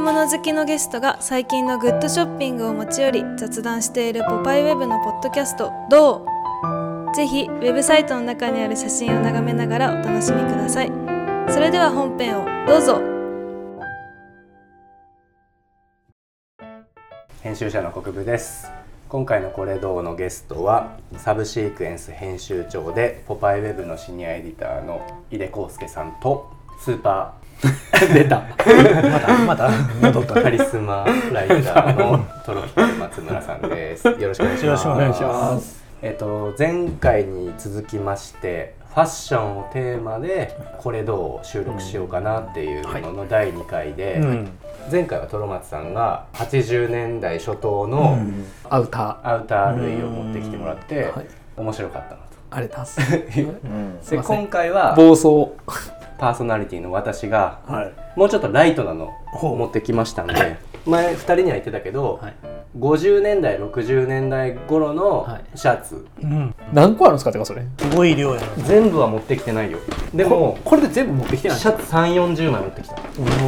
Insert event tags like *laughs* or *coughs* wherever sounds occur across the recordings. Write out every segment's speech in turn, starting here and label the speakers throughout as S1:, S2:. S1: 物好きのゲストが最近のグッドショッピングを持ち寄り雑談しているポパイウェブのポッドキャスト「どう?」ぜひウェブサイトの中にある写真を眺めながらお楽しみくださいそれでは本編をどうぞ
S2: 編集者の国分です今回の「これどう?」のゲストはサブシークエンス編集長でポパイウェブのシニアエディターの井出康介さんとスー *laughs* パ
S3: 出たまだまだ戻っ
S2: ーカリスマライターのトロフィー松村さんですよろしくお願いします
S3: よろしくお願いします
S2: えっと前回に続きましてファッションをテーマで「これどう?」収録しようかなっていうのの第2回で、
S3: うん
S2: 前回はトロマツさんが80年代初頭の
S3: アウター
S2: アウター類を持ってきてもらって、
S3: はい
S2: 面白かったな
S3: あれ
S4: *laughs*
S3: 出す
S2: と。
S3: すい
S2: で
S3: ません
S2: 今回は
S3: 暴走
S2: パーソナリティの私が
S3: はい
S2: もうちょっとライトなの
S3: ほ
S2: を
S3: う
S2: 持ってきましたん
S3: *coughs*
S2: で前2人には言ってたけど、
S3: はい
S2: 50年代60年代頃の
S3: はい
S2: シャツ、
S3: 何個あるんですかてかそれ
S5: すごい量やな
S2: 全部は持ってきてないよでも
S3: これで全部持ってき
S2: シ
S3: て
S2: ャツ3 4 0枚持ってきた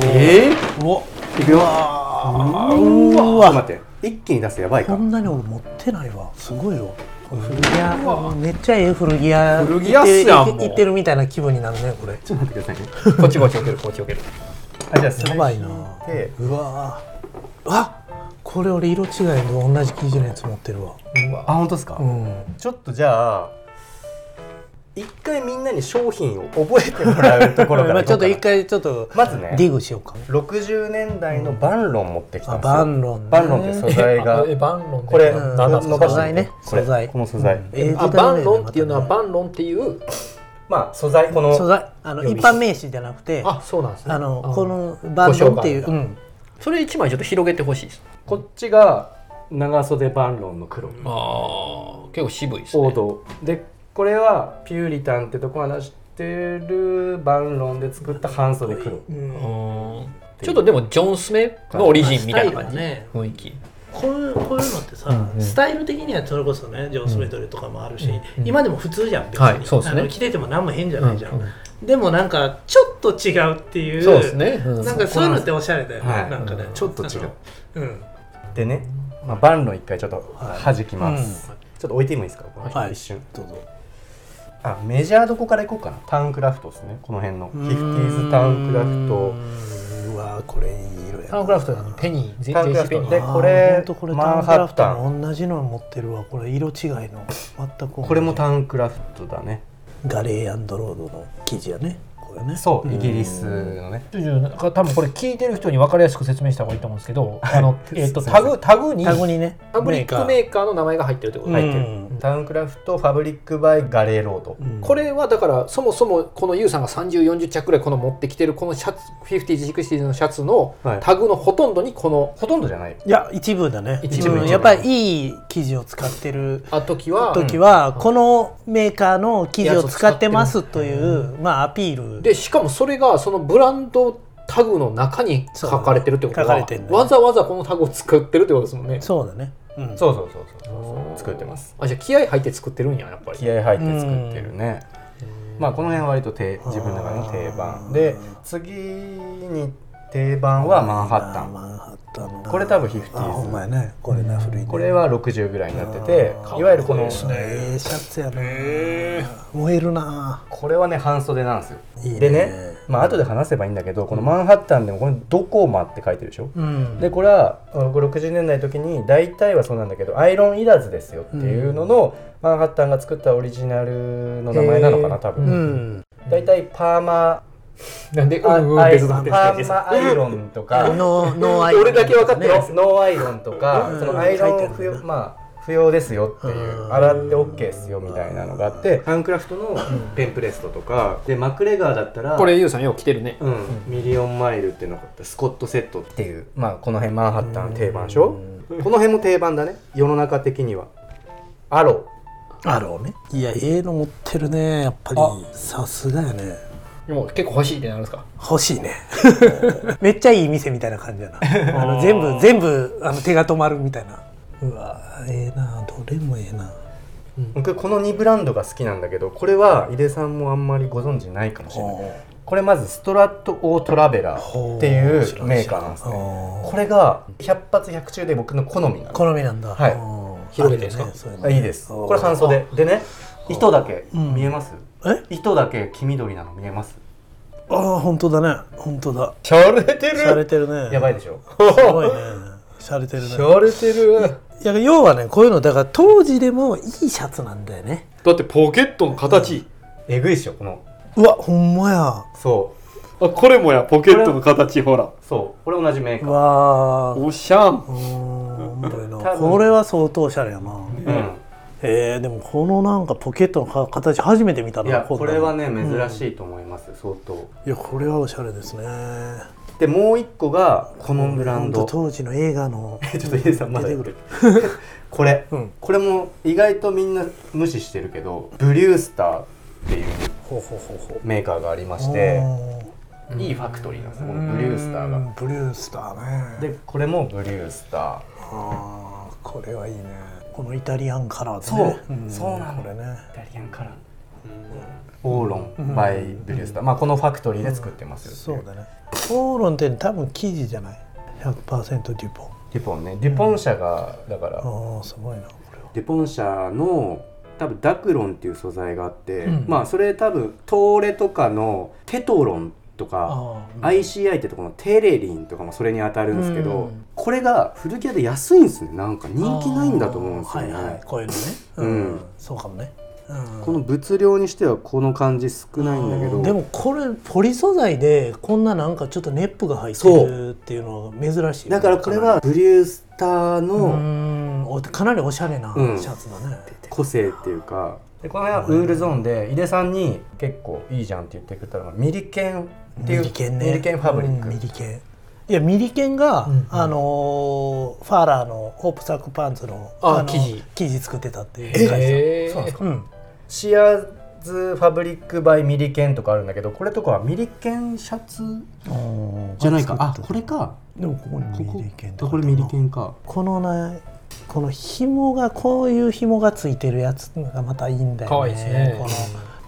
S3: え
S5: お
S2: いくよ
S5: うー
S2: ちょっと
S5: わ
S2: 待って一気に出すやばい
S5: こ
S2: か
S5: んなに俺持ってないわすごいわ古着
S3: うわ
S5: 屋めっちゃええ古着屋
S3: 古着屋っすやんもう
S5: 行って行ってるみたいな気分になるねこれ
S2: ちょっと待ってくださいね
S3: こっちこっち置けるこっち置ける
S2: あじゃあそれ
S5: やばいな
S2: で
S5: うわあこれ俺色違いの同じ生地のやつ持ってるわ
S2: あ本当ですか、
S5: うん
S2: ちょっとじゃあ一回みんなに商品を覚えてもらうところか
S5: *laughs* ま
S2: ら
S5: あちょっと
S2: い
S5: 一
S2: こうか
S5: 回ちょっと
S2: まずね
S5: ディグしようかね
S2: 60年代のバンロン持ってきたんですよ
S5: あバンロンね
S2: バンロンって素材が
S4: えバンロンって
S2: これ
S5: うん
S2: なんだ
S5: 素
S2: 伸ばして
S5: 材ね
S2: これ
S5: 素材
S2: この素材
S5: ええ
S4: あ
S5: デタ
S4: バ
S5: ル
S4: ン
S5: だよね
S4: ロンっていうのは
S5: またね
S4: バンロンっていう
S2: まあ素材こ
S5: 素
S2: の
S5: 材あの一般名詞じゃなくて
S4: あそうなんですね
S5: あのこのバンドっていう
S4: ご紹介
S5: うん
S4: それ一枚ちょっと広げてほしいです
S2: こっちが長袖バンロンの黒
S4: ああ結構渋いです
S2: 王
S4: ね
S2: 道でこれはピューリタンってとこが出してるバンロンで作った半袖黒
S4: うーんちょっとでもジョン・スメのオリジンみたいな感じ、
S6: まあスタイルはね
S4: 雰囲気
S6: こういうこういうのってさ、スタイル的にはそれこそねジョン・スメトレとかもあるし、今でも普通じゃん別に、
S4: はいそうですね
S6: あの着てても何も変じゃないじゃん、
S4: うんう
S6: でもなんかちょっと違うっていう
S4: そうですね、うん
S6: なんかそういうのっておしゃれだよね、
S2: はい
S6: なんかね、
S2: ちょっと違う
S6: あのうん
S2: でね、まあ、バンロン一回ちょっと弾きます、ちょっと置いてもいいですか、
S5: はい
S2: 一瞬
S5: どうぞ
S2: あメジャーどこからいこうかなタウンクラフトですねこの辺のフィフティーズタウンクラフト
S5: うわこれいい色や
S4: タウンクラフトのあのペニー、ジ
S2: タウンクラ
S4: ェ
S2: フ
S4: シ
S2: ト
S4: ペニ
S2: で
S4: ー。
S5: あー
S2: これ
S5: ほんとこれ
S2: マ
S5: タウ
S2: ン
S5: ンク
S2: ハ
S5: ラ
S2: ッ
S5: フ
S2: タン
S5: トの同じの持ってるわこれ色違いの全く
S2: これも
S5: タ
S2: タウンクラフトだね
S5: ガレーアンドロードの生地やねこれね
S2: そうイギリスのね
S7: ちょちょなんか多分これ聞いてる人に分かりやすく説明した方がいいと思うんですけど、あ
S5: *laughs*
S7: のえっとタグタグに
S5: タグにね
S4: ファブリックメーカーの名前が入ってるってこと
S5: メ
S4: ね、
S5: ーカー
S2: タウンクラフトファブリックバイガレーロード、
S5: うん
S4: これはだからそもそもこの YOU さんが3040着くらいこの持ってきてるこのシャツ5060のシャツの
S2: はい
S4: タグのほとんどにこの
S2: ほとんどじゃない
S5: いや一部だね
S4: 一部
S5: うん
S4: 一部
S5: やっぱりいい生地を使ってる
S4: あ時は
S5: 時はこのメーカーの生地を使ってますというまあアピール
S4: でしかもそれがそのブランドタグの中に書かれてるってこと
S5: そう書か
S4: は、
S5: れてんだよ
S4: わざわざこのタグを作ってるってことですもんね
S5: そうだねうん
S2: そうそうそうそうそう作ってます
S4: あじゃあ気合入って作ってるんややっぱり
S2: 気合入って作ってるね、まあこの辺は割と定自分の中の定番で次に定番はマンハッタ
S5: あー
S2: ン
S5: マンハッタンの
S2: これ多分フィフテ
S5: あほん
S2: ィー
S5: ま
S2: ズ
S5: やねこれな古いね
S2: これは60ぐらいになってていわゆるこの
S5: ええシャツやな、燃えるな
S2: これはね半袖なんですよ
S5: いいね
S2: でねまあ後で話せばいいんだけどこのマンハッタンでもこの「ドコマ」って書いてるでしょ、
S5: うん
S2: でこれはあの60年代の時に大体はそうなんだけどアイロンいらずですよっていうのの、マンハッタンが作ったオリジナルの名前なのかな多
S5: う
S2: 分、
S5: ん
S2: 大体パーマ
S4: なんでう
S2: あ
S4: んうん
S2: アイ
S4: 別々
S2: パーマアイロンとか
S5: *laughs*
S2: *laughs*
S5: ノーノーアイ
S4: 俺だけ分かってない
S2: ノノーアイロンとか、
S5: うん
S2: そのアイロ
S5: 書いてあ
S2: ン
S5: る
S2: 不要,、まあ、不要ですよっていう、
S5: うん
S2: 洗って OK ですよみたいなのがあってハンクラフトのペンプレストとかでマクレガーだったら
S4: これ YOU さんよう着てるね
S2: うん、ミリオンマイルっていうのがあってスコットセットっていうまあこの辺マンハッタンの定番でしょこの辺も定番だね世の中的にはアロ
S5: あろうねいやええの持ってるねやっぱりさすがやね
S4: でも結構欲しいってなるんですか
S5: 欲しいねめっちゃいい店みたいな感じやな *laughs* あの全部全部あの手が止まるみたいなうわええなどれもええな
S2: ー僕この2ブランドが好きなんだけどこれは井出さんもあんまりご存知ないかもしれないこれまずストラット・オー・トラベラーっていうメーカーなんですね
S5: おー
S2: これが100発100中で僕の好みなんです
S5: 好みなんだ。
S2: はい
S5: おー
S4: 広げていいですか
S5: あるよねそうう
S2: あ
S5: の
S2: いいです
S5: おー
S2: これ半袖でね糸だけ
S5: うん
S2: 見えます、
S5: え
S2: 糸だけ黄緑なの見えます
S5: ああ本当だね本当だ
S7: しゃれて
S5: 洒落てるね
S2: やばいでしょ
S5: すごいね洒落てるね
S7: ゃれてる
S5: いや要はねこういうのだから当時でもいいシャツなんだよね
S3: だってポケットの形
S2: えぐいっしょこの
S5: うわほんまや
S2: そう
S3: あこれもやポケットの形ほら
S2: そうこれ同じメー
S5: う
S2: カー
S5: わー
S3: おしゃ
S5: う
S3: ん
S5: ーんみたいな
S2: 多分
S5: これは相当おしゃれやなえー、でもこのなんかポケットのか形初めて見た
S2: うん、
S5: ない
S2: や
S5: こん
S2: こ
S5: なの
S2: れはね珍しいと思います、相当
S5: いやこれはおしゃれですね
S2: でもう一個がこのブラン
S5: ほ
S2: ド
S5: んと当時の映画の
S2: *laughs* ちょっとヒデさんまだ
S5: 出て
S2: 言
S5: く
S2: って
S5: る
S2: る *laughs* これ、
S5: うん
S2: これも意外とみんな無視してるけどブリュースターっていう
S5: ほうほうほうほう
S2: メーカーがありまして
S5: お
S2: いいファクトリーなんですよこのブリュースターが
S5: ーブリュースターね
S2: でこれもブリュースタ
S5: あーこれはいいねこのイタリアンカラーでね
S2: そうそうなの
S5: これね
S2: ーイタリアンカラーオーロン by ブリュースター、まあ、このファクトリーで作ってますよってい
S5: そうだねオーロンって多分生地じゃない100%デュポン
S2: デュポンねデュポン社がだから、
S5: ああすごいなこれは
S2: デュポン社の多分ダクロンっていう素材があって、まあそれ多分トーレとかのテトロンとか
S5: あ
S2: ICI ってとこのテレリンとかもそれに当たるんですけど、これが古着屋で安いんですねなんか人気ないんだと思うんですよね、
S5: はいはいこういうのね
S2: うん
S5: そうかもねうん
S2: この物量にしてはこの感じ少ないんだけど、
S5: でもこれポリ素材でこんななんかちょっとネップが入ってるっていうのは珍しい
S2: だからこれはブリュースター
S5: う
S2: の
S5: んおかなりおしゃれなシ
S2: うん
S5: ャツだね、
S2: 個性っていうか、でこの辺はウールゾーンで井出さんに結構いいじゃんって言ってくれたのがミリケンっていう
S5: ミリケンね
S2: ミリケンファブリック、
S5: うんミリケンいやミリケンが、あのーファーラーのホープサックパンツの
S4: あ
S5: の
S4: 生地
S5: 生地作ってたっていう会社
S4: え
S2: そうなんですか
S5: うん
S2: シアーズファブリックバイミリケンとかあるんだけどこれとかはミリケンシャツじゃないかあこれか
S5: でもここにミリケンって
S2: あ
S5: 書いてあるな
S2: これミリケンか
S5: このねこの紐がこういう紐がついてるやつがまたいいんだよね
S4: 可愛いですね
S5: この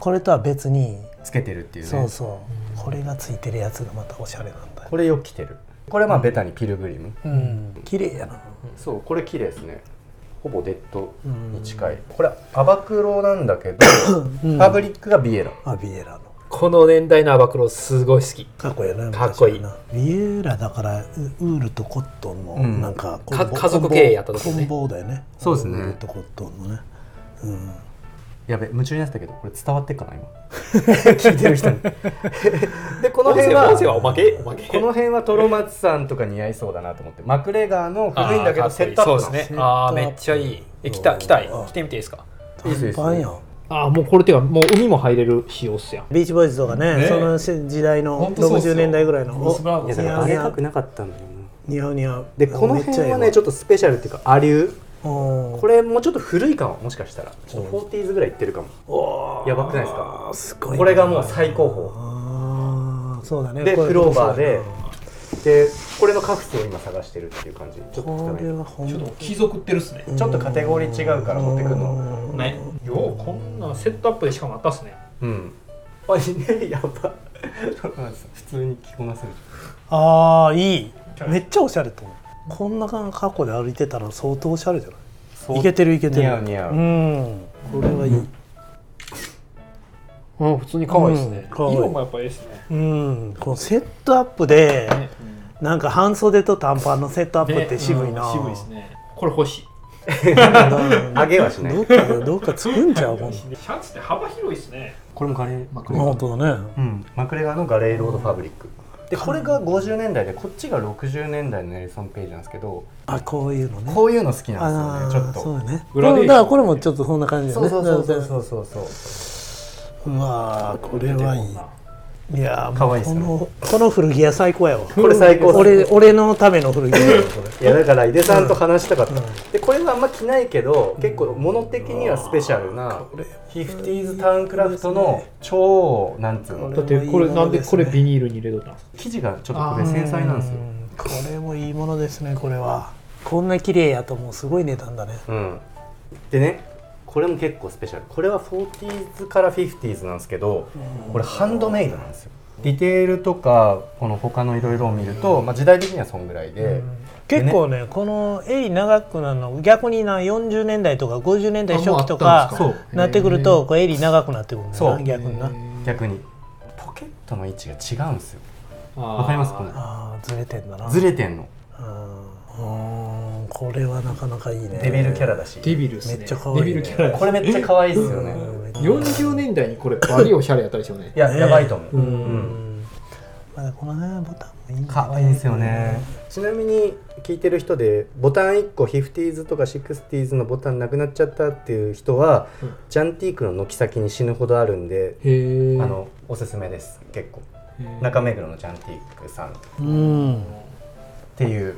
S5: これとは別に
S2: つけてるっていうね
S5: そうそうこれがついてるやつがまたおしゃれなんだよ
S2: これよく着てるこれまあベタにピルグリム、
S5: うん綺麗やな
S2: そうこれ綺麗ですねほぼデッドに近いこれアバクロなんだけどファブリックがビエラ
S5: あビエラの
S4: この年代のアバクロすごい好き
S5: かっこいいよね
S4: かっこいい
S5: 昔のなビエラだからウウールとコットンの
S2: ん
S5: なんか
S4: か
S5: コンボ
S4: 家族経営やったとこ
S5: コ
S4: ね
S5: ンボだよね
S2: そうですね
S5: ウールとコットンのね
S2: やべ夢中になってたけどこれ伝わってっかな今 *laughs* 聞いてる人にでこの辺は
S4: 音声はおまけおまけ
S2: この辺はトロマツさんとか似合いそうだなと思ってマクレガーの古いんだけどセットアップ
S4: そう
S2: なんで
S4: ですす
S2: ね
S4: ねああめっちゃいいえ来た来たい来てみていいですか
S2: いいですいいです
S5: パンやん
S4: ああもうこれっていうかもう海も入れる仕様っすやん
S5: ビーチボーイズとかねその時代の
S7: ほんとそうっすよ
S5: 60年代ぐらいのお
S2: いやだからあげたくなかったんだよな
S5: 似合う似合う
S2: でこの辺はねちょっとスペシャルっていうかアリュー
S5: こ
S2: これもうちょっと古いかももしかしたらちょっと 40s ぐらいいってるかもやばくないですか
S5: すごいな
S2: これがもう最高峰
S5: あーそうだね
S2: で
S5: これ
S2: フローバーででこれのカフスを今探してるっていう感じちょっと汚
S5: こ
S2: いけ
S5: れ
S2: ど
S5: は本
S6: ちょっ
S5: 当
S6: と貴族ってるっすね。
S2: ちょっとカテゴリー違うから持ってくるの
S6: ね。
S4: ようこんなセットアップでしかもあったっすね
S2: うんあいねやば普通に着こなせる
S5: ああいいめっちゃおしゃれと思うこんな格好で歩いてたら相当おしゃれじゃないいけてるいけてる
S2: 似合う似合う
S5: うんこれはいい
S4: うん普通に可愛いです
S5: う
S4: ね
S5: ん可愛い
S4: 色もやっぱいいですね
S5: うんこのセットアップでなんか半袖と短パンのセットアップって渋いな
S4: うん渋いですねこれ欲しい
S2: あげはしない
S5: どっかどっかつくんちゃうほん
S4: シャツって幅広いですね
S2: これもガレーマク
S5: 本当だね
S2: うんマクレガーのガレーロードファブリックでこれが50年代でこっちが60年代のネルソン・ページなんですけど
S5: あこういうのね
S2: こういうの好きなん
S5: あ
S2: ですよ
S5: あ
S2: ねち
S5: そ
S2: ょっ
S5: うだね
S4: グラデーション
S5: だからこれもちょっとそんな感じだ
S2: と
S5: よね
S2: そうそうそうそう
S5: うわーこれはいいいやー
S2: 可愛いっす
S5: こ
S2: ね
S5: のこの古着屋最高やわ
S2: これ最高っす
S5: 俺俺のための古着屋やわこれ
S2: いやだから井出さんと話したかった、でこれはあんま着ないけど結構物的にはスペシャルな 50s タウンクラフトの超なんつうの
S4: だってこれなんでこれビニールに入れとったんですか
S2: 生地がちょっとこれ繊細なんですよ
S5: うんこれもいいものですねこれはこんな綺麗やともうすごい値段だね
S2: うんでねこれも結構スペシャルこれは 40s から 50s なんですけどこれハンドメイドなんですよディテールとかこの他のいろいろを見ると、まあ、時代的にはそんぐらいで、
S5: 結構ねこの襟長くなるの逆にな40年代とか50年代初期と
S4: あ
S5: か
S4: もうあったん
S2: そ
S4: で
S2: う
S5: なってくるとこう襟長くなってくるんだよ
S2: そう
S5: な逆にな
S2: 逆にポケットの位置が違うんですよ
S4: わ
S2: わかりますこの
S5: あーずれてんだな
S2: ずれてんの
S5: うんうんこれはなかなかいいね
S7: デビルキャラだし
S4: デビルですね
S5: めっちゃ可愛いね
S4: デビルキャラ
S2: これめっちゃ可愛いですよね
S5: うん
S4: 40年代にこれバリオシャレやったでしょうね
S7: いややばいと思う、
S5: うんまだこの辺ボタンもいいんだよね
S2: 可愛いんですよねちなみに聞いてる人でボタン1個 50s とか 60s のボタンなくなっちゃったっていう人は、ジャンティークの軒先に死ぬほどあるんで、
S4: へえ
S2: あのおすすめです結構中目黒のジャンティークさんっ
S5: うん
S2: ていう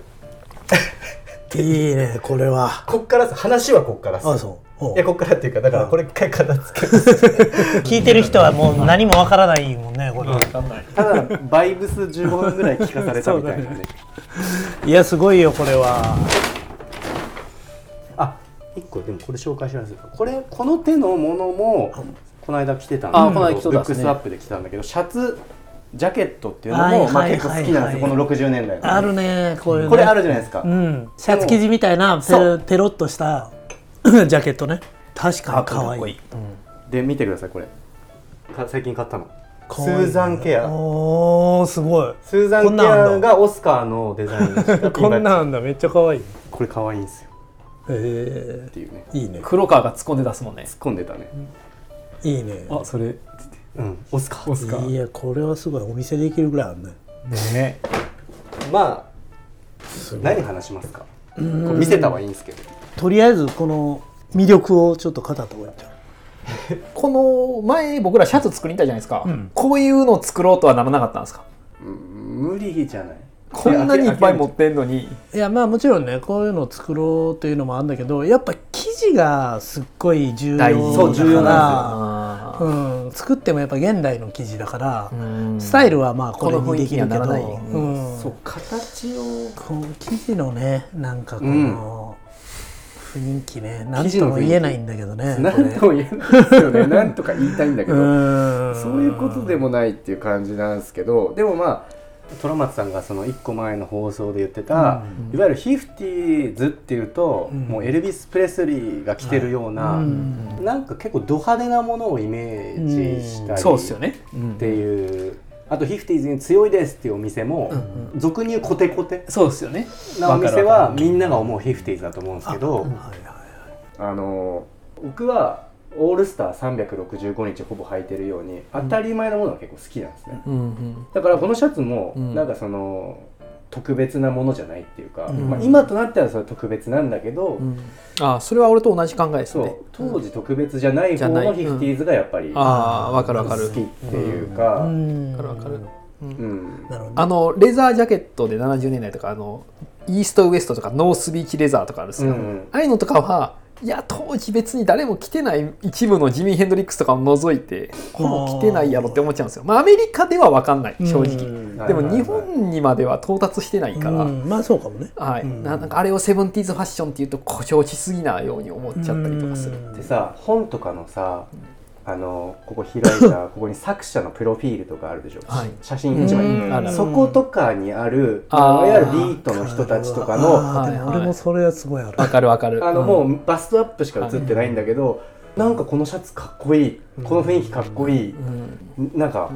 S5: いいねこれは
S2: こっからっす話はこっからっす
S5: あそうおう
S2: いやこっからっていうかだからこれ一回片付けます
S5: 聞いてる人はもう何もわからないもんねこれ、
S2: ただバイブス15分ぐらい聞かされたみたいなね
S5: いやすごいよこれは
S2: あ一個でもこれ紹介しますこれこの手のものもこの間着てたん
S4: あこの
S2: だ
S4: 間
S2: け
S4: 着て
S2: ど
S4: たん
S2: ルッ
S4: です
S2: ク
S4: ね
S2: スアップで着てたんだけどシャツジャケットっていうの
S5: はいはい
S2: も
S5: はい
S2: まあ結構好きなんですよこの60年代の
S5: あるねこういうね
S2: これあるじゃないですか
S5: うんシャツ生地みたいなペ
S2: そ
S5: ロペロっとした *coughs* ジャケットね確か
S2: あ
S5: に
S2: か
S5: 可
S2: っこ
S5: 愛
S2: い
S5: い
S2: いで見てくださいこれか最近買ったのス
S5: 可愛いね
S2: ーザンケア
S5: おーすごい
S2: スーザンケ
S5: こ
S2: ア
S5: んなんあんだ
S2: がオスカーのデザインをした
S5: *laughs* こんなんあんだめっちゃ可愛いへ
S2: これ可愛いんですよ
S5: え
S2: っていうね
S5: いいね
S8: 黒川が突っ込んで出すもんね
S2: 突っ込んでたね
S5: いいね
S8: あそれ
S2: うんオスカー
S8: オスカー
S5: いやこれはすごいお店できるぐらいあるね
S8: ね
S2: まあ何話しますかこれ見せたはいいんですけど
S5: とりあえずこの魅力をちょっと語った方がいいんちゃう
S8: この前僕らシャツ作りに行ったじゃないですか、こういうのを作ろうとはならなかったんですか
S2: 無理じゃない
S8: こんなにいっぱい持ってんのに
S5: いやまあもちろんねこういうのを作ろうというのもあるんだけどやっぱ生地がすっごい重要だ
S8: 大
S5: から
S8: 事
S2: そう重要な
S8: あ
S5: うん、作ってもやっぱ現代の生地だから、
S8: ーうん
S5: スタイルはまあこれ
S8: この雰
S5: にで
S8: 囲気
S5: き
S8: には
S5: るけ
S8: な
S5: ど
S8: らない
S5: うん
S8: そう
S4: 形を
S5: こう生地のねなんかこの雰囲気ね何
S2: 生地
S5: と
S2: の雰囲気
S5: も言えないんだけどね
S2: 何とも言えないですよね何とか言いたいんだけ
S5: う
S2: ど、
S5: ん
S2: そういうことでもないっていう感じなんですけどでもまあ虎松さんがその1個前の放送で言ってた、いわゆるヒフティーズっていうと、
S5: うん
S2: もうエルビス・プレスリーが着てるような、
S5: うん
S2: なんか結構ド派手なものをイメージしたり、
S8: そうっすよね、
S2: っていうあとヒフティーズに強いですっていうお店も、俗に言うコテコテ
S8: そうっすよね
S2: なお店はみんなが思うヒフティーズだと思うんですけど
S5: はいは
S2: あの僕はオールスター365日ほぼ履いてるように当たり前のものが結構好きなんですね、
S8: うんうん
S2: だからこのシャツも
S8: うん
S2: なんかその、特別なものじゃないっていうか、
S8: ん
S2: まあ、今となってはそれは特別なんだけど、
S8: うんあーそれは俺と同じ考えです
S2: そ
S8: ね
S2: う当時特別じゃない方
S8: じゃない
S2: のヒフティーズがやっぱり、
S8: ああわかるわかる
S2: 好きっていうか、
S5: い
S2: うん
S5: うん
S8: わかるわかる
S5: なるほど
S8: あのレザージャケットで70年代とかあのイーストウエストとかノースビーチレザーとかあるんです
S2: う
S8: よ、
S2: ん
S8: ああいうのとかはいや当時別に誰も着てない一部のジミー・ヘンドリックスとかを除いてほぼ着てないやろって思っちゃうんですよまあアメリカでは分かんない正直、
S5: うん
S8: でも日本にまでは到達してないから、
S5: うんまあそうかもね
S8: はい
S5: うん
S8: ななんかあれをセブンティーズファッションっていうと誇張しすぎなように思っちゃったりとかする、
S2: でさ本とかのさあのここ開いたここに作者のプロフィールとかあるでしょ、
S8: はい
S2: 写真一枚、
S8: うんある
S2: そことかにある
S8: あー
S2: まあいわゆるビートの人たちとかの
S5: あーでも俺もそれはすごいある
S8: わかるわかる
S2: あの
S8: うん
S2: もうバストアップしか写ってないんだけど、なんかこのシャツかっこいいこの雰囲気かっこいい、なんか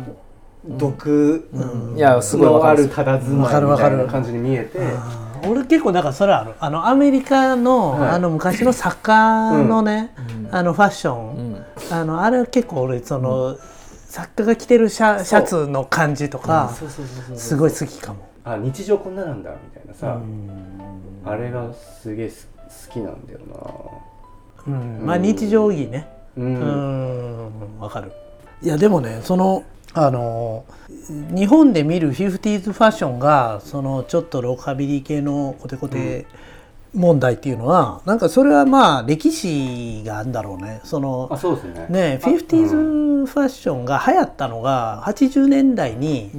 S2: 毒
S8: いやすごいわ
S2: の
S8: か
S2: あ
S8: る
S2: るただずまいみたいな感じに見えて
S5: あー俺結構だからそれあるあのアメリカの,、
S2: はい
S5: あの昔の作家のね、あのファッション、あのあれ結構俺その、作家が着てるシャシャツの感じとか、すごい好きかも。
S2: あ日常こんななんだみたいなさ、あれがすげえす好きなんだよ
S5: うんまあ日常着ね。
S2: な
S5: うーんわかるいやでもねそのあの日本で見るフィフティーズファッションがそのちょっとロカビリー系のコテコテ問題っていうのはなんかそれはまあ歴史があるんだろうねその
S2: あそうですね
S5: ねフィフティーズファッションが流行ったのが80年代に、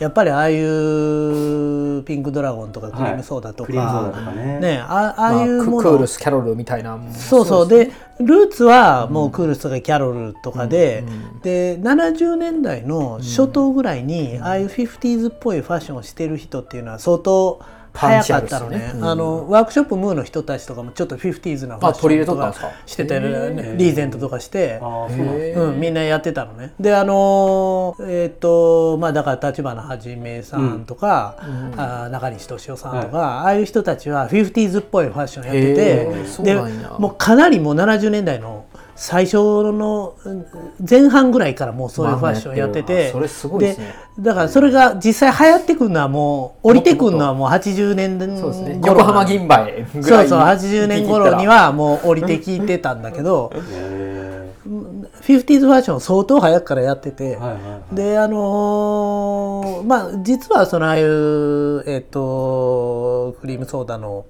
S5: やっぱりああいうピンクドラゴンとかクリームソーダと
S2: クリームソーダ
S5: か、
S2: とかね
S5: ねあああ
S8: まあ、
S5: い
S8: ク
S5: う
S8: ク
S5: も
S8: ー
S5: の
S8: ルスキャロルみたいなもん
S5: そうそうでルーツはもうクールスとかキャロルとかで、で70年代の初頭ぐらいに、ああいう 50s っぽいファッションをしてる人っていうのは相当早かったのね
S8: パンチあるっすねうん
S5: あのワークショップムーの人たちとかもちょっと 50s なファ
S8: あ
S5: ッシ
S8: 取り入
S5: ョン
S8: れと
S5: と
S8: ったんで
S5: か
S8: すか
S5: してたよね、リーゼントとかして、
S2: ああそうなんですね
S5: うん、みんなやってたのね。であのーえっ、とまあだから立花はじめさんとか、あー中西俊夫さんとか、ああいう人たちは 50s っぽいファッションやって
S8: へ
S5: て
S8: ーそう
S5: で
S8: なんや
S5: もうかなりもう70年代の最初のうん前半ぐらいからもうそういうファッションやってて、
S8: まあそれすごいですね
S5: だからそれが実際流行ってくるのはもう降りてくるのはもう80年代
S8: そうですね
S5: 頃
S8: 横浜銀杯ぐ
S5: そ
S8: ら
S5: う
S8: い
S5: そう80年頃にはもう降りてきてたんだけ
S8: *laughs*
S5: ど 50s ファッション相当早くからやってて、
S2: はいはいはい
S5: であのーまあ実はそのああいうえっ、とクリームソーダの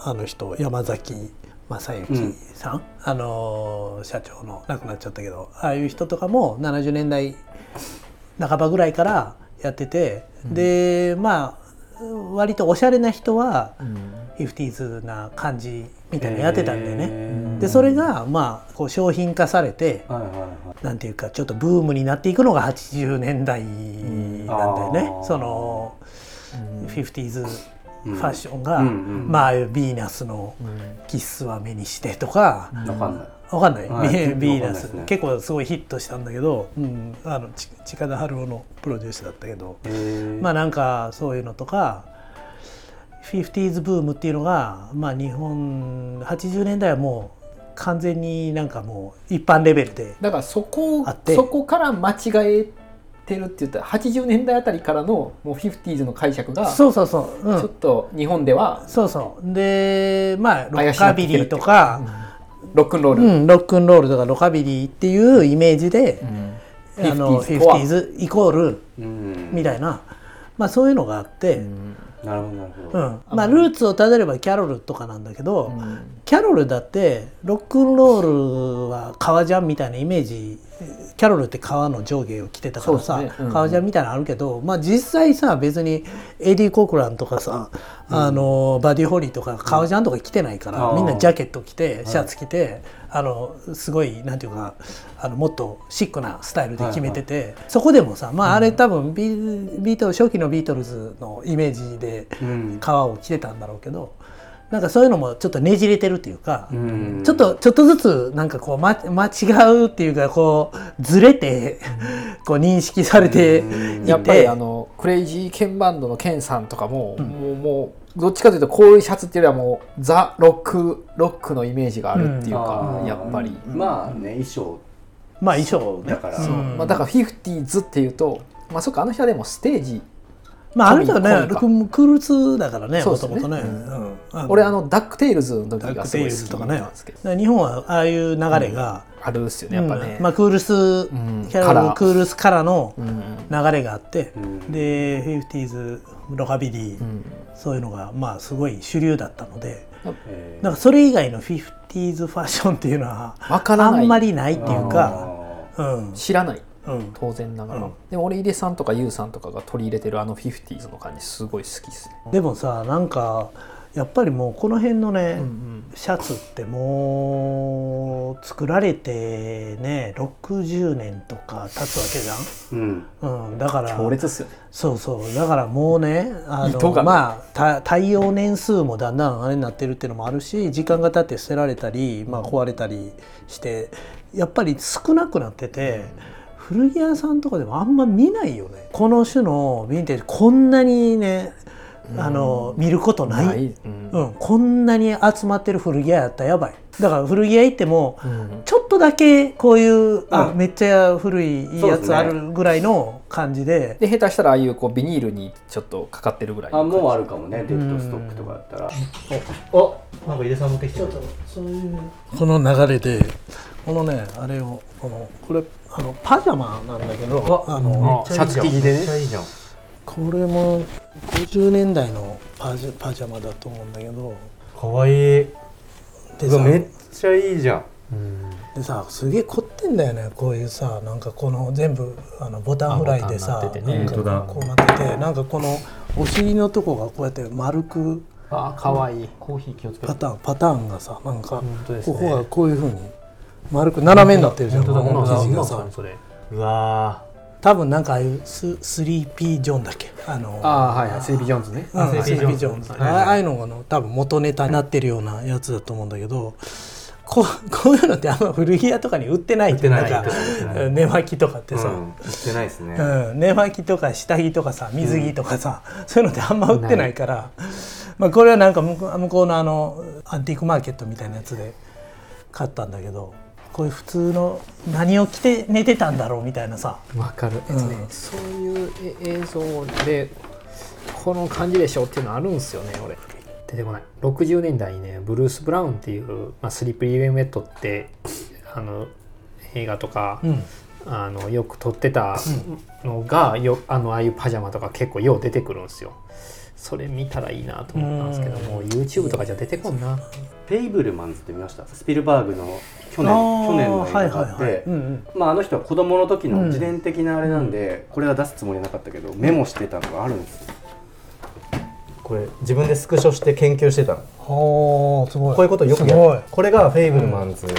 S5: あの人山崎正幸さん、あのー社長の亡くなっちゃったけどああいう人とかも70年代半ばぐらいからやってて、でまあ割とおしゃれな人は、50s な感じみたいなのやってたんだよね。
S2: へ
S5: でそれがまあこう商品化されて、
S2: はいはいはい
S5: なんていうかちょっとブームになっていくのが80年代なんだよね、
S2: あー
S5: その、50s ファッションが、
S2: うんうん
S5: まあああいうヴィーナスのキッスは目にしてと
S2: わ
S5: か、
S2: かんない
S5: わかんない、
S2: はいちょっとわかんない
S5: ヴィヴィーナ
S2: で
S5: ス、
S2: すね
S5: 結構すごいヒットしたんだけど、うん、あのち近田春夫のプロデュースだったけど、
S2: へ
S5: まあなんかそういうのとか 50s ブームっていうのが、まあ、日本80年代はもう完全になんかもう一般レベルで
S8: だからそこを
S5: あって
S8: そこから間違えてるって言ったら80年代あたりからのもう 50s の解釈がちょ
S5: そうそうそう、う
S8: っ
S5: ん、
S8: と日本では
S5: そうそうでまあロ
S8: 怪
S5: ッ
S8: しな
S5: カ
S8: って
S5: ビ
S8: きて
S5: リ
S8: る
S5: ーとか、
S8: ロックンロー
S5: う
S8: ル、
S5: ん、ロックンロールとかロカビリーっていうイメージで、あの
S8: 50s とは
S5: 50s イコール
S2: うん
S5: みたいな、まあ、そういうのがあって、
S2: なるほどなるほ
S5: う
S2: ど
S5: んまあ、ルーツをたどればキャロルとかなんだけど、キャロルだってロックンロールは革ジャンみたいなイメージキャロルって革の上下を着てたからさ、
S8: そうですねうん
S5: 革ジャンみたいなのあるけど、まあ、実際さ別にエディ・コクランとかさ、あのバディ・ホリーとか革ジャンとか着てないから、
S2: うん
S5: みんなジャケット着てシャツ着て、あのすごいなんていうかあのもっとシックなスタイルで決めてて、そこでもさ、まあ、あれ多分ビ,、ビートル初期のビートルズのイメージで。
S2: うん
S5: 革を着てたんだろうけどなんかそういうのもちょっとねじれてるっていうか、
S2: うん
S5: ちょっとちょっとずつなんかこう、ま、間違うっていうかこうずれてこう認識されていて
S8: やっぱりあのクレイジーケンバンドのケンさんとかも、もうもうどっちかというとこういうシャツっていうよりはもうザ・ロックロックのイメージがあるっていうか、
S2: あー
S8: やっぱり、
S2: まあね衣装
S5: まあ衣装ね
S2: だから
S8: まあ、だから 50s っていうとまあそっかあの人はでもステージ
S5: まあある人は
S8: コミコミ
S5: ね
S8: か
S5: クムクールツだからね
S8: そう
S5: も
S8: で
S5: と
S8: すね
S5: もとね、うん
S8: 俺あのダックテイルズの時
S5: ダッ
S8: が
S5: ク
S8: す
S5: テ
S8: ご
S5: イ
S8: い
S5: ル
S8: 好
S5: ズ
S8: き
S5: とか
S8: な
S5: ね
S8: んですけど、
S5: だから日本はああいう流れが、
S8: あるっすよねやっぱね、
S5: うんまあ、クールス、
S8: ん
S5: キャ
S8: カ
S5: ロ
S8: ラ
S5: ル
S8: ー
S5: クールスからの
S8: ん
S5: 流れがあって、
S2: ん
S5: で 50s ロカビリー、そういうのがまあすごい主流だったので、
S2: え
S5: なんかそれ以外の 50s ファッションっていうのは
S8: わからない
S5: あんまりないってい
S2: ー
S5: うか、
S2: あ
S5: うん
S8: 知らない
S5: うん、
S8: 当然ながら、
S5: うん
S8: でも俺井出さんとか YOU さんとかが取り入れてるあの 50s の感じすごい好きですね
S5: でもさなんかやっぱりもうこの辺のね、シャツってもう作られてね60年とか経つわけじゃ
S2: ーうん
S5: ん、うん、だから
S8: 強烈っすよね
S5: そうそうだからもうねあ
S8: 糸が
S5: の
S8: ね
S5: まあた対応年数もだんだんあれになってるっていうのもあるし時間が経って捨てられたり、まあ、壊れたりしてやっぱり少なくなってて古着屋さんとかでもあんま見ないよねこの種のヴィンテージこんなにねあの見ることない
S8: ないうん
S5: うん、こんなに集まってる古着屋やったらやばいだから古着屋行っても、ちょっとだけこういうあ
S2: うん
S5: めっちゃ古いいいや
S2: そうです
S5: つ
S2: ね
S5: あるぐらいの感じで
S8: で下手したらああいうこうビニールにちょっとかかってるぐらい
S2: あもうあるかもねデッドストックとかだったら
S6: おなんか井出さん持ってきてるそういう
S5: この流れでこのねあれをこのこれあのパジャマなんだけどあの
S8: シャツ生地でね
S5: これも50年代のパジパジャマだと思うんだけど
S2: かかわいい。
S5: で
S3: うわ
S5: さ
S3: めっちゃいいじゃん
S5: でさすげえ凝ってんだよねこういうさなんかこの全部あのボタンフライでさ
S2: あボタンになっててね
S5: なんかこうなっててなんかこのお尻のとこがこうやって丸く
S8: あーかわいい
S2: コーヒー気をつけて
S5: パ。ターンパターンがさなんか
S2: 本当です
S5: こ
S2: ね。
S5: こがこういうふうに丸く斜めになってるじゃん
S2: 本当だ本当だ
S5: 生地
S2: 今
S5: が
S2: さ
S5: さ
S2: それ。うわ
S5: 多分なんかああいうス 3P ジョンだっけあの
S8: ああはいはいセイビー・ジョーンズね
S5: うん
S2: セイビージョーンズ
S5: セイビージョーンズああああいうのがあの多分元ネタになってるようなやつだと思うんだけど *laughs* こうこういうのってあんま古着屋とかに売ってない売って
S3: ない
S5: か
S3: 売ってない
S5: うん寝巻きとかって
S3: う
S5: さ、
S3: ん言ってないですね、
S5: うん、寝巻きとか下着とかさ水着とかさ、そういうのってあんま売ってないからまあ、これはなんか向こう向こうのあのアンティークマーケットみたいなやつで買ったんだけどこういう普通の何を着て寝てたんだろうみたいなさ、
S8: わかる、
S5: うん
S8: そういうえ映像でこの感じでしょっていうのあるんですよね俺出てこない60年代にねブルース・ブラウンっていう「まあ、スリップリー・ウェン・ウェット」ってあの映画とか、
S5: うん
S8: あのよく撮ってたのがよあのああいうパジャマとか結構よう出てくるんですよそれ見たらいいなと思ったんですけどもう YouTube とかじゃ出てこんな
S3: ペイブルマンズって見ましたスピルバーグの去年
S5: あー
S3: 去年の映画があって、
S5: はいはいはいうんうん
S3: まあ、あの人は子供の時の自伝的なあれなんで、これは出すつもりなかったけどメモしてたのがあるんですよ
S2: ー。これ自分でスクショして研究してたの。
S5: はあすご
S2: こういうことよくやる。これがフェイブルマンズの。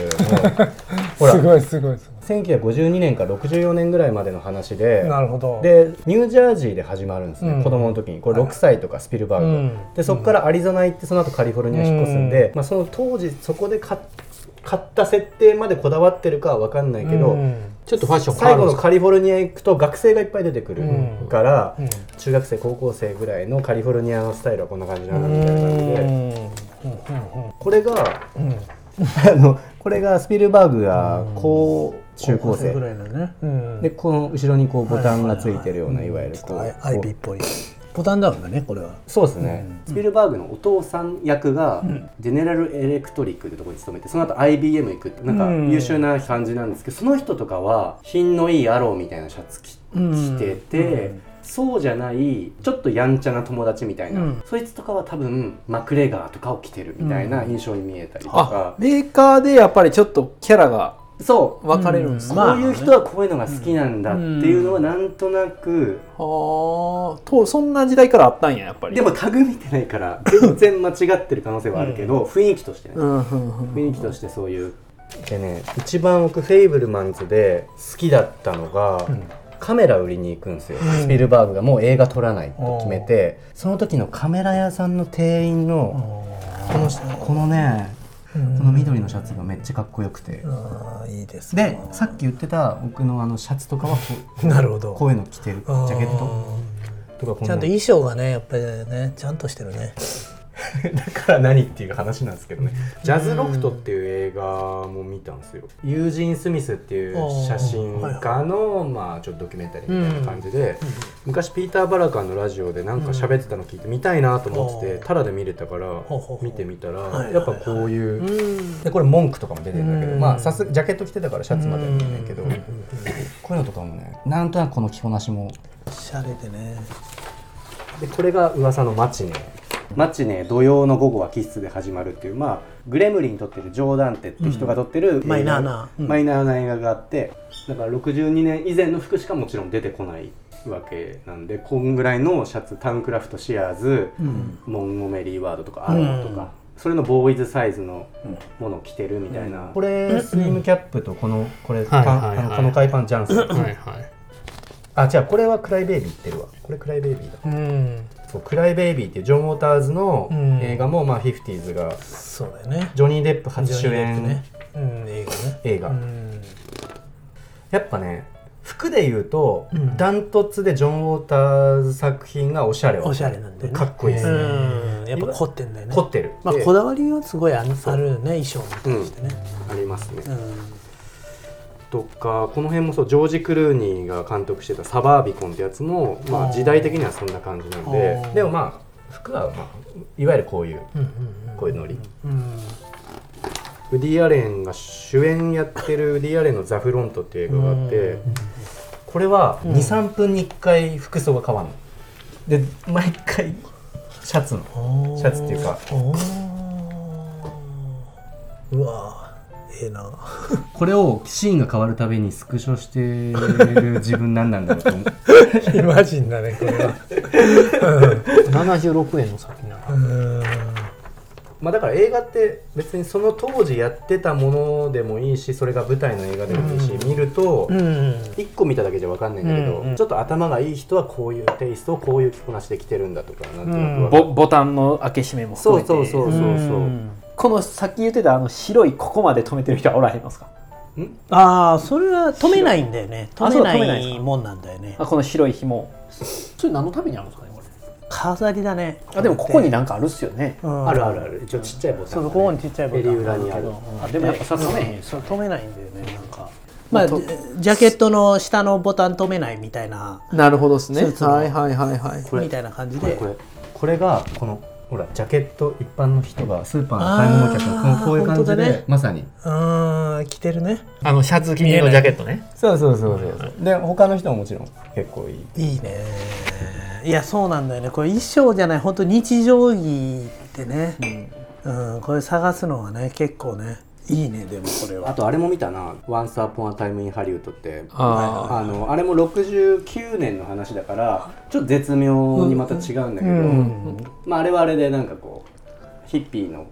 S2: ほら。
S5: すごいすごいす
S2: 1952年から64年ぐらいまでの話で
S5: ごいなるほど
S2: でニュージャージーで始まるんですね、
S5: うん
S2: 子供の時にこれ6歳とかスピルバーグが、
S5: うん
S2: でそこからアリゾナ行ってその後カリフォルニア引っ越すんで、まあ、その当時そこで買っ買った設定までこだわってるかは分かんないけど、
S5: うん
S8: ちょっとファッション変わ
S2: 最
S8: る
S2: 後
S8: ん
S2: の
S8: ですか
S2: カリフォルニア行くと学生がいっぱい出てくる
S5: うん
S2: から、
S5: うん
S2: 中学生高校生ぐらいのカリフォルニアのスタイルはこんな感じだ
S5: う
S2: なみたいな感じで。
S5: ん
S2: これが、 *laughs* あのこれがスピルバーグが高中高生
S5: ぐらいのね、うん、
S2: でこの後ろにこうボタンがついてるようないわゆるこう
S5: アイアイビーっぽいボタンダウンだねこれは
S2: そうですね、
S3: スピルバーグのお父さん役がジェネラル・エレクトリックってとこに勤めてその後 IBM 行くってなんか
S5: うん
S3: 優秀な感じなんですけどその人とかは品のいいアローみたいなシャツ着着てて、そうじゃないちょっとやんちゃな友達みたいな、
S5: うん
S3: そいつとかは多分マクレガーとかを着てるみたいな印象に見えたりと
S9: あ
S3: か、
S9: メーカーでやっぱりちょっとキャラが
S3: そう
S9: 分かれるんですね、
S3: こういう人はこういうのが好きなんだっていうのはなんとなく、
S9: はあとそんな時代からあったんややっぱり
S3: でもタグ見てないから全然間違ってる可能性はあるけど、雰囲気としてね、
S9: うんうんうん
S3: 雰囲気としてそういう
S2: でね一番奥フェイブルマンズで好きだったのが、カメラ売りに行くんですよ、スピルバーグがもう映画撮らないと決めてその時のカメラ屋さんの店員のこのこのねこの緑のシャツがめっちゃかっこよくて、
S5: ああいいです
S2: でさっき言ってた奥のあのシャツとかはこう
S5: なるほど
S2: こういうの着てるジ
S5: あー
S2: ャケットとかこん
S5: ちゃ
S2: なん
S5: と衣装がねやっぱりねちゃんとしてるね
S2: *laughs* だから何っていう話なんですけどね「ジャズ・ロフト」っていう映画も見たんですよユージン・スミスっていう写真家のまあちょっとドキュメンタリーみたいな感じで昔ピーター・バラカンのラジオでなんか喋ってたの聞いて見たいなと思っててタダで見れたから
S5: ほうほう
S2: 見てみたら
S5: いはい
S2: やっぱこういうでこれ文句とかも出てるんだけど
S5: うん
S2: まあさすジャケット着てたからシャツまでは見えないけどこういうのとかもねなんとなくこの着こなしも
S5: シャレでね
S2: でこれが噂のマチネ
S3: マチネ土曜の午後は喫室で始まるっていうまあグレムリン撮ってるジョーダンテって人が撮ってる映画、
S5: マイナーなうん
S3: マイナーな映画があってだから62年以前の服しかもちろん出てこないわけなんでこんぐらいのシャツタンクラフトシアーズ、モンゴメリーワードとかアローとか、それのボーイズサイズのものを着てるみたいな、
S2: これスリムキャップとこのこれ
S8: は
S2: パ
S8: いは
S2: ン
S8: い
S2: あ
S8: は
S2: の
S8: い
S2: この海パンジャンス
S8: はいはい
S2: あ違うこれはクライベイビーってるわこれクライベイビーだ
S5: うん
S2: そうクライベイビーっていうジョン・ウォーターズの
S5: うん
S2: 映画も、まあ 50s が
S5: そうだよね
S2: ジョニー・デップ初主
S5: ジョニー
S2: 演
S5: デップねうん映画ね
S2: 映画、
S5: うん
S2: やっぱね服で言うと、ダントツでジョン・ウォーターズ作品がおしゃれは
S5: おしゃれなんだよね
S2: かっこいいですね、
S5: うんやっぱ凝ってんだよね
S2: 凝ってる、
S5: まあ
S2: で
S5: こだわりはすごいあるあるよね衣装に対してね
S3: ありますね、
S5: うん
S3: とかこの辺もそうジョージ・クルーニーが監督してた「サバービコン」ってやつも、まあ、時代的にはそんな感じなんで
S2: でもまあ服は、まあ、いわゆるこういう、こういうノリ、ウディ・アレンが主演やってるウディ・アレンの「ザ・フロント」っていう映画があって、これは23分に1回服装が変わるの。で毎回シャツのシャツっていうか
S5: うわーええな
S2: これをシーンが変わるたびにスクショしてる自分なんなんだろうと思う
S5: イマジンだねこれは
S4: 76円の作品なの
S10: *laughs* まあ、だから映画って別にその当時やってたものでもいいしそれが舞台の映画でもいいし、見ると1個見ただけじゃ分かんないんだけど、ちょっと頭がいい人はこういうテイストをこういう着こなしで着てるんだとかなんとなくわかる、
S8: ボボタンの開け閉めも含
S10: そ
S8: め
S10: う
S8: て
S10: そうそうそうそう、
S8: このさっき言ってたあの白いここまで止めてる人はおらへんのですか
S5: ああそれは止めないんだよね
S8: あ
S5: 止
S8: そう
S5: め
S8: 止めな
S5: な
S8: ん
S5: い
S8: です
S5: い
S8: か
S5: もんなんだよね
S8: あこの白い紐
S4: それ何のためにあるんですかねこれ
S5: 飾りだね
S8: あでもここになんかあるっすよね
S5: うん
S10: あるあるある一応ちっちゃいボタ
S5: そ
S10: ン
S5: う
S10: が
S5: そ
S10: ね、
S5: うここにちっちゃいボタン
S10: 襟裏にある
S8: あでもやっぱさ止めへん
S5: うんそう止めないんだよねなんかまあジャケットの下のボタン止めないみたいな
S8: なるほどですね
S5: そうそう
S8: はいはいはいはい
S10: れ
S5: みたいな感じ
S10: これ
S5: で
S10: これこれがこのほらジャケット一般の人がスーパーの買い物客
S5: あ
S10: が
S5: ー
S10: こうこういう感
S5: 本
S10: じ
S5: 当だ
S10: で、
S5: ね
S2: まさに
S5: うん着てるね
S4: あのシャツ着のジャケットね
S10: そうそうそうそうそうで他の人ももちろん結構いい
S5: いいねいやそうなんだよねこれ衣装じゃない本当日常着ってね、うんこれ探すのはね結構ねいいねでもこれ
S2: あ
S5: は
S2: とあれも見たな「Once Upon a Time in Hollywood」って
S8: あ
S2: あのあれも69年の話だからちょっと絶妙にまた違うんだけど、まあ、あれはあれでなんかこうヒッピーの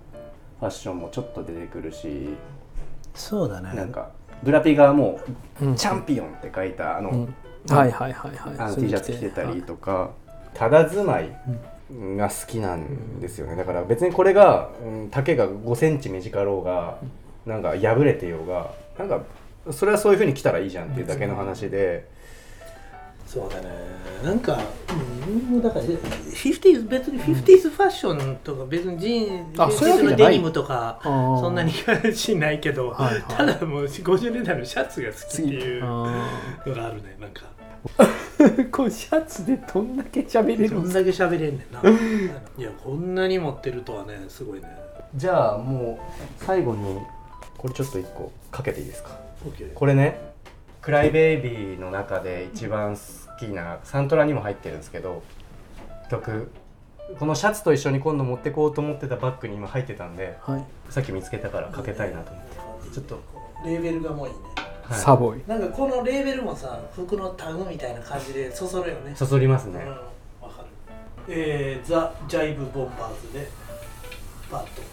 S2: ファッションもちょっと出てくるし
S5: そうだね
S2: なんかブラピがもう「チャンピオン」って書いたあの,、
S8: はいはいはいはい
S2: あの
S8: それ
S2: T シ
S8: 着て
S2: ャツ着てたりとかただ住まいが好きなんですよねだから別にこれが、うん、丈が5センチ短ろうがなんか破れてようがなんかそれはそういうふうに着たらいいじゃんっていうだけの話で。
S6: そうだねなんか、うん、だから 50s 別に 50s ファッションとか別にジーン
S8: あそういう
S6: 50s の
S8: わけじゃない
S6: デニムとかそんなに関心ないけど、ただもう50年代のシャツが好きっていうのがあるねなんか
S8: *laughs* こうシャツでどんだけ喋れ
S6: ど
S8: るん
S6: ん
S8: す
S6: だけ喋れんねんないやこんなに持ってるとはねすごいね
S2: じゃあもう最後にこれちょっと一個かけていいですか
S6: OK
S2: これね「クライベイビー」の中で一番好きなサントラにも入ってるんですけど曲このシャツと一緒に今度持ってこうと思ってたバッグに今入ってたんで、
S8: はい
S2: さっき見つけたからかけたいなと思ってちょっと、
S6: レーベルがもういいね
S2: はい
S8: サボイ
S6: なんかこのレーベルもさ服のタグみたいな感じでそそるよね
S2: そそります
S6: うん
S2: ね、
S6: わかるえー、ザ・ジャイブ・ボンバーズでバッド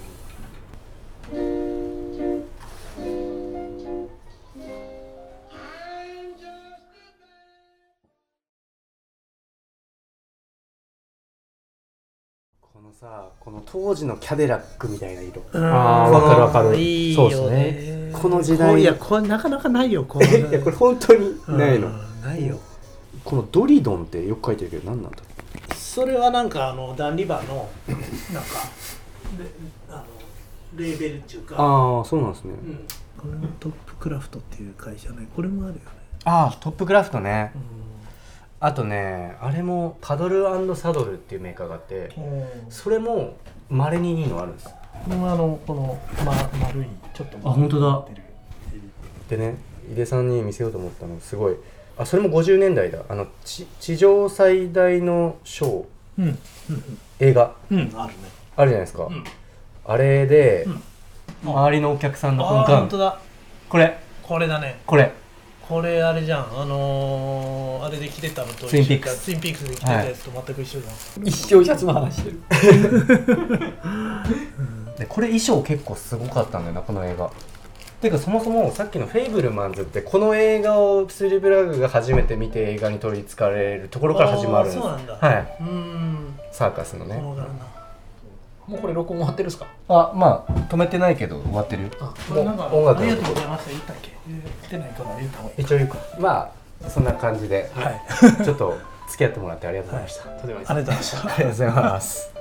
S2: このさこの当時のキャデラックみたいな色
S10: ああ分かる分かるそうですね
S2: この時
S6: こう
S2: 代
S6: い
S2: い
S6: や
S2: や
S6: これなかなかないよこういう
S2: これ本当にないの、
S6: うんないよ
S2: このドリドンってよく書いてるけど何なんだろう
S6: それはなんかあのダン・リバーのなんかであのレーベルっていうか
S2: ああそうなんですね、
S6: うん
S5: これもトップクラフトっていう会社ねこれもあるよね
S2: ああトップクラフトね、あとねあれもパドルサドルっていうメーカーがあってそれもまれにいいのあるんです
S4: これもあのこの、ま、丸いちょっと
S2: あ本当だでね井出さんに見せようと思ったのすごいあそれも50年代だあのち地上最大のショー、映画、
S6: あるね
S2: あるじゃないですか、あれで、周りのお客さんの
S6: ああ本当だ
S2: これ
S6: これだね
S2: これ
S6: これあれじゃんあのー、あれで着てたのと
S2: ツインピークス
S6: ツインピークスで着てたやつと全く一緒じゃん、
S8: 一生シャツの話してる
S2: でこれ衣装結構すごかったんだよなこの映画ていうかそもそもさっきの「フェイブルマンズ」ってこの映画をスリブラグが初めて見て映画に取りつかれるところから始まるんです
S6: あーそうなんだ
S2: はい、
S6: うーん
S2: サーカスのね
S6: この柄な
S8: もうこれ録音終わってるっすか
S2: あまあ止めてないけど終わってるよ
S6: これなんか
S2: 音楽
S6: ありがとうございました言ったっけ言ってないから言った方がいい
S2: 一応言うかまあそんな感じで、ちょっと付き合ってもらってありがとうございました、
S5: あれだした
S2: ありがとうございます